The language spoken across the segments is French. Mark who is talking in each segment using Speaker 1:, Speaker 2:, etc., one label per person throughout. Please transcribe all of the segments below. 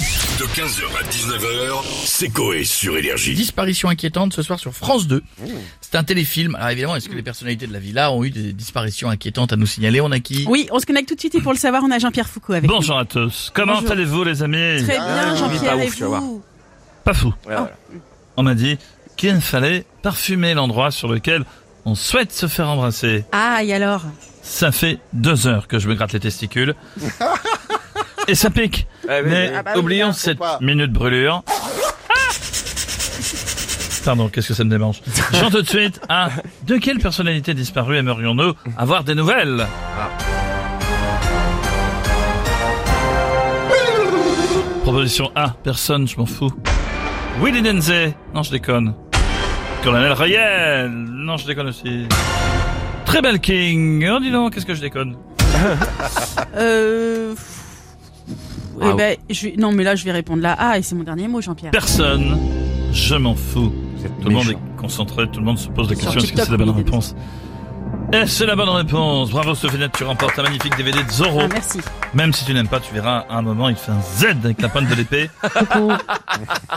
Speaker 1: De 15h à 19h, c'est Coé sur Énergie.
Speaker 2: Disparition inquiétante ce soir sur France 2. C'est un téléfilm. Alors évidemment, est-ce que les personnalités de la villa ont eu des disparitions inquiétantes à nous signaler On a qui
Speaker 3: Oui, on se connecte tout de suite et pour le savoir, on a Jean-Pierre Foucault avec
Speaker 4: Bonjour à tous. Comment
Speaker 3: Bonjour.
Speaker 4: allez-vous les amis
Speaker 3: nous. Très bien, Jean-Pierre,
Speaker 5: pas
Speaker 3: et
Speaker 5: ouf, tu vas voir.
Speaker 3: vous
Speaker 4: Pas fou. Ah.
Speaker 5: Voilà, voilà.
Speaker 4: On m'a dit qu'il fallait parfumer l'endroit sur lequel on souhaite se faire embrasser.
Speaker 3: Ah, et alors
Speaker 4: Ça fait deux heures que je me gratte les testicules. Et ça pique.
Speaker 5: Ah Ouais,
Speaker 4: Mais
Speaker 5: mais-
Speaker 4: oublions
Speaker 5: faut
Speaker 4: cette
Speaker 5: pas.
Speaker 4: minute brûlure. Pardon, qu'est-ce que ça me démange Jean, tout de suite, à de quelle personnalité disparue aimerions-nous avoir des nouvelles Ah. Proposition A, personne, je m'en fous. Willy Denzey, non je déconne. Colonel Rayel, non je déconne aussi. Très belle King, oh dis donc, qu'est-ce que je déconne
Speaker 3: Euh... pff,
Speaker 5: Ah,
Speaker 3: eh ben, je... vais- Non, mais là, je vais répondre là. Ah, et c'est mon dernier mot, Jean-Pierre.
Speaker 4: Personne, je m'en fous.
Speaker 5: Vous êtes
Speaker 4: Tout le monde
Speaker 5: méchants.
Speaker 4: est concentré, tout le monde se pose la
Speaker 3: Sur
Speaker 4: question est-ce que
Speaker 3: TikTok,
Speaker 4: c'est la bonne
Speaker 3: on est des-
Speaker 4: réponse Et c'est la bonne réponse Bravo Sophie, tu remportes un magnifique DVD de Zorro.
Speaker 3: Ah, merci.
Speaker 4: Même si tu n'aimes pas, tu verras à un moment, il fait un Z avec la pointe de l'épée.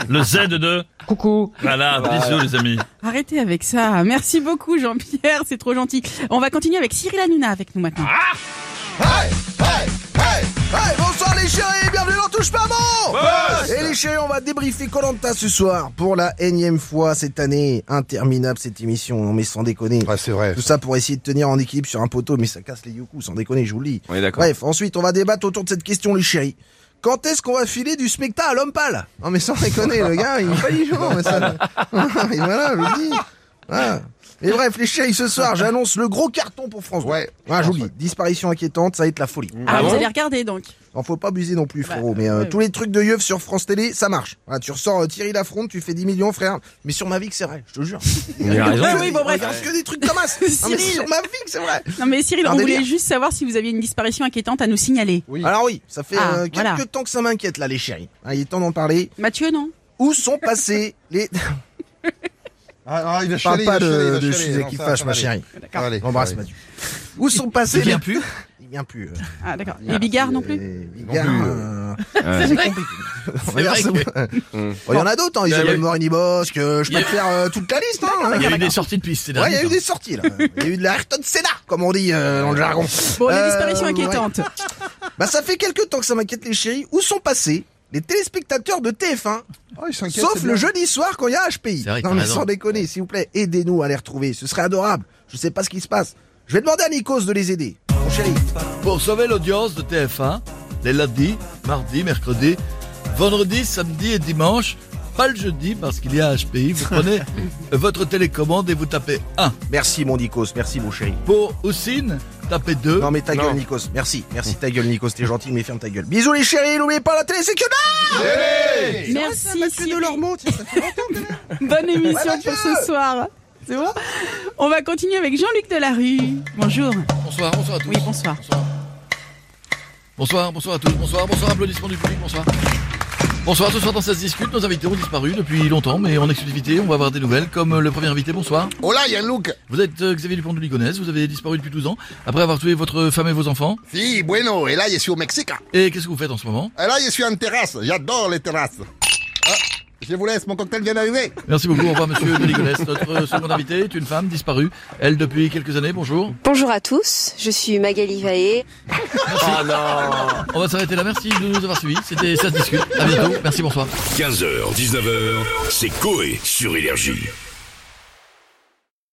Speaker 4: Le Z de... Coucou Voilà, bisous les amis.
Speaker 3: Arrêtez avec ça. Merci beaucoup, Jean-Pierre, c'est trop gentil. On va continuer avec Cyril Hanouna avec nous maintenant.
Speaker 6: Hey, hey, hey, hey, bonsoir les chéris, bienvenue dans Touche pas bon Et les chéris, on va débriefer Colanta ce soir pour la énième fois cette année. Interminable cette émission, non mais sans déconner.
Speaker 7: Ouais, c'est vrai.
Speaker 6: Tout ça pour essayer de tenir en équilibre sur un poteau, mais ça casse les yoku, sans déconner, je vous le dis.
Speaker 5: On est d'accord.
Speaker 6: Bref, ensuite, on va débattre autour de cette question, les chéris. Quand est-ce qu'on va filer du smecta à l'homme pâle Non mais sans déconner, le gars, il est pas les jours, mais ça... mais voilà, je vous le dis. Voilà. Mais bref, les chéris, ce soir, j'annonce le gros carton pour France. deux.
Speaker 7: Ouais, je
Speaker 6: Ah,
Speaker 7: pense,
Speaker 6: joli.
Speaker 7: ouais.
Speaker 6: Disparition inquiétante, ça va être la folie.
Speaker 3: Ah,
Speaker 5: Ah
Speaker 3: vous
Speaker 5: bon
Speaker 3: allez regarder donc.
Speaker 6: Alors, faut pas abuser non plus, frérot.
Speaker 3: Bah,
Speaker 6: mais euh,
Speaker 3: ouais.
Speaker 6: tous les trucs de yeuf sur France Télé, ça marche. Voilà, tu ressors euh, Thierry Lafronde, tu fais 10 millions, frère. Mais sur ma vie, que c'est vrai, je te jure.
Speaker 5: Il a raison.
Speaker 3: Ouais, oui, bon, bref.
Speaker 6: Regarde que des trucs comme ça. Ah, mais
Speaker 3: Cyril.
Speaker 6: sur ma vie, que c'est vrai.
Speaker 3: Non, mais Cyril,
Speaker 6: Un
Speaker 3: on voulait
Speaker 6: délire.
Speaker 3: juste savoir si vous aviez une disparition inquiétante à nous signaler.
Speaker 6: Alors oui, ça fait
Speaker 3: Ah,
Speaker 6: euh, quelques
Speaker 3: voilà.
Speaker 6: temps que ça m'inquiète là, les chéris. Ah, il est temps d'en parler.
Speaker 3: Mathieu, non
Speaker 6: Où sont passés les
Speaker 7: Ah, ah, il va
Speaker 6: Parle
Speaker 7: chialer, il
Speaker 6: pas
Speaker 7: va chialer,
Speaker 6: de,
Speaker 7: il
Speaker 6: de
Speaker 7: va chialer.
Speaker 6: sujets
Speaker 7: Non,
Speaker 6: qui
Speaker 7: ça,
Speaker 6: fâchent,
Speaker 7: ça
Speaker 6: ma
Speaker 7: va aller.
Speaker 6: chérie.
Speaker 7: Ça va aller,
Speaker 6: Embrasse
Speaker 7: ça va aller.
Speaker 6: Mathieu. Où sont passés
Speaker 2: vient
Speaker 6: les
Speaker 2: plus
Speaker 6: Il vient plus. euh,
Speaker 3: Ah, d'accord. Et Bigard non plus
Speaker 6: les Bigards,
Speaker 7: plus,
Speaker 6: euh,
Speaker 5: Ouais.
Speaker 2: C'est vrai que- Mm.
Speaker 6: oh, Il y en a d'autres, hein, Isabelle
Speaker 2: eu-
Speaker 6: Morini-Bosque. euh, Je peux te faire euh, toute la liste. hein.
Speaker 2: Il y a eu des sorties de piste ces
Speaker 6: Ouais, il y
Speaker 2: derniers
Speaker 6: a eu
Speaker 2: temps.
Speaker 6: des sorties là. Il y a eu de la Ayrton Senna, comme on dit euh, dans le jargon.
Speaker 3: Bon, les
Speaker 6: Euh,
Speaker 3: disparitions
Speaker 6: ouais.
Speaker 3: inquiétantes.
Speaker 6: Bah ça fait quelques temps que ça m'inquiète les chéris. Où sont passés les téléspectateurs de TF1
Speaker 7: Oh, il s'inquiète,
Speaker 6: Sauf
Speaker 7: c'est
Speaker 6: le
Speaker 7: bien.
Speaker 6: jeudi soir quand il y a HPI.
Speaker 2: C'est vrai,
Speaker 6: non
Speaker 2: t'as
Speaker 6: mais
Speaker 2: raison.
Speaker 6: sans déconner, s'il vous plaît, aidez-nous à les retrouver. Ce serait adorable. Je sais pas ce qui se passe. Je vais demander à Nikos de les aider. Mon chéri.
Speaker 2: Pour sauver l'audience de TF1, les lundis, mardis, mercredis, vendredis, samedis et dimanches, pas le jeudi parce qu'il y a HPI, vous prenez votre télécommande et vous tapez 1.
Speaker 6: Merci mon Nikos, merci mon chéri.
Speaker 2: Pour Houssine, tapez 2.
Speaker 6: Non mais ta gueule Nikos, merci. Merci ta gueule Nikos, t'es gentil mais ferme ta gueule. Bisous les chéris, n'oubliez pas la télé, c'est que
Speaker 3: Merci.
Speaker 6: Mathieu
Speaker 3: Cyril.
Speaker 6: Delormeau, tiens, ça fait longtemps que-
Speaker 3: Bonne émission
Speaker 6: Mathieu.
Speaker 3: pour ce soir. C'est bon On va continuer avec Jean-Luc Delarue. Bonjour.
Speaker 2: Bonsoir, bonsoir à tous.
Speaker 3: Oui, bonsoir.
Speaker 2: Bonsoir. Bonsoir, bonsoir à tous. Bonsoir, bonsoir, applaudissements du public, bonsoir. Bonsoir, ce soir dans Ça se discute, nos invités ont disparu depuis longtemps, mais en exclusivité, on va avoir des nouvelles, comme le premier invité, bonsoir.
Speaker 7: Oh là, il y a Luke.
Speaker 2: Vous êtes euh, Xavier Dupont de Ligonnès, vous avez disparu depuis 12 ans, après avoir tué votre femme et vos enfants.
Speaker 7: Si, bueno. Et là, je suis au Mexique.
Speaker 2: Et qu'est-ce que vous faites en ce moment
Speaker 7: Et là, je suis en terrasse. J'adore les terrasses. Ah, je vous laisse, mon cocktail vient d'arriver.
Speaker 2: Merci beaucoup, au revoir monsieur de Ligonnès. Notre euh, seconde invitée est une femme disparue, elle depuis quelques années, bonjour.
Speaker 8: Bonjour à tous, je suis Magali Vaillé.
Speaker 2: On va s'arrêter là, merci de nous avoir suivis, c'était Ça se discute, à bientôt, merci, bonsoir.
Speaker 1: 15h, 19h, c'est Coé sur Énergie.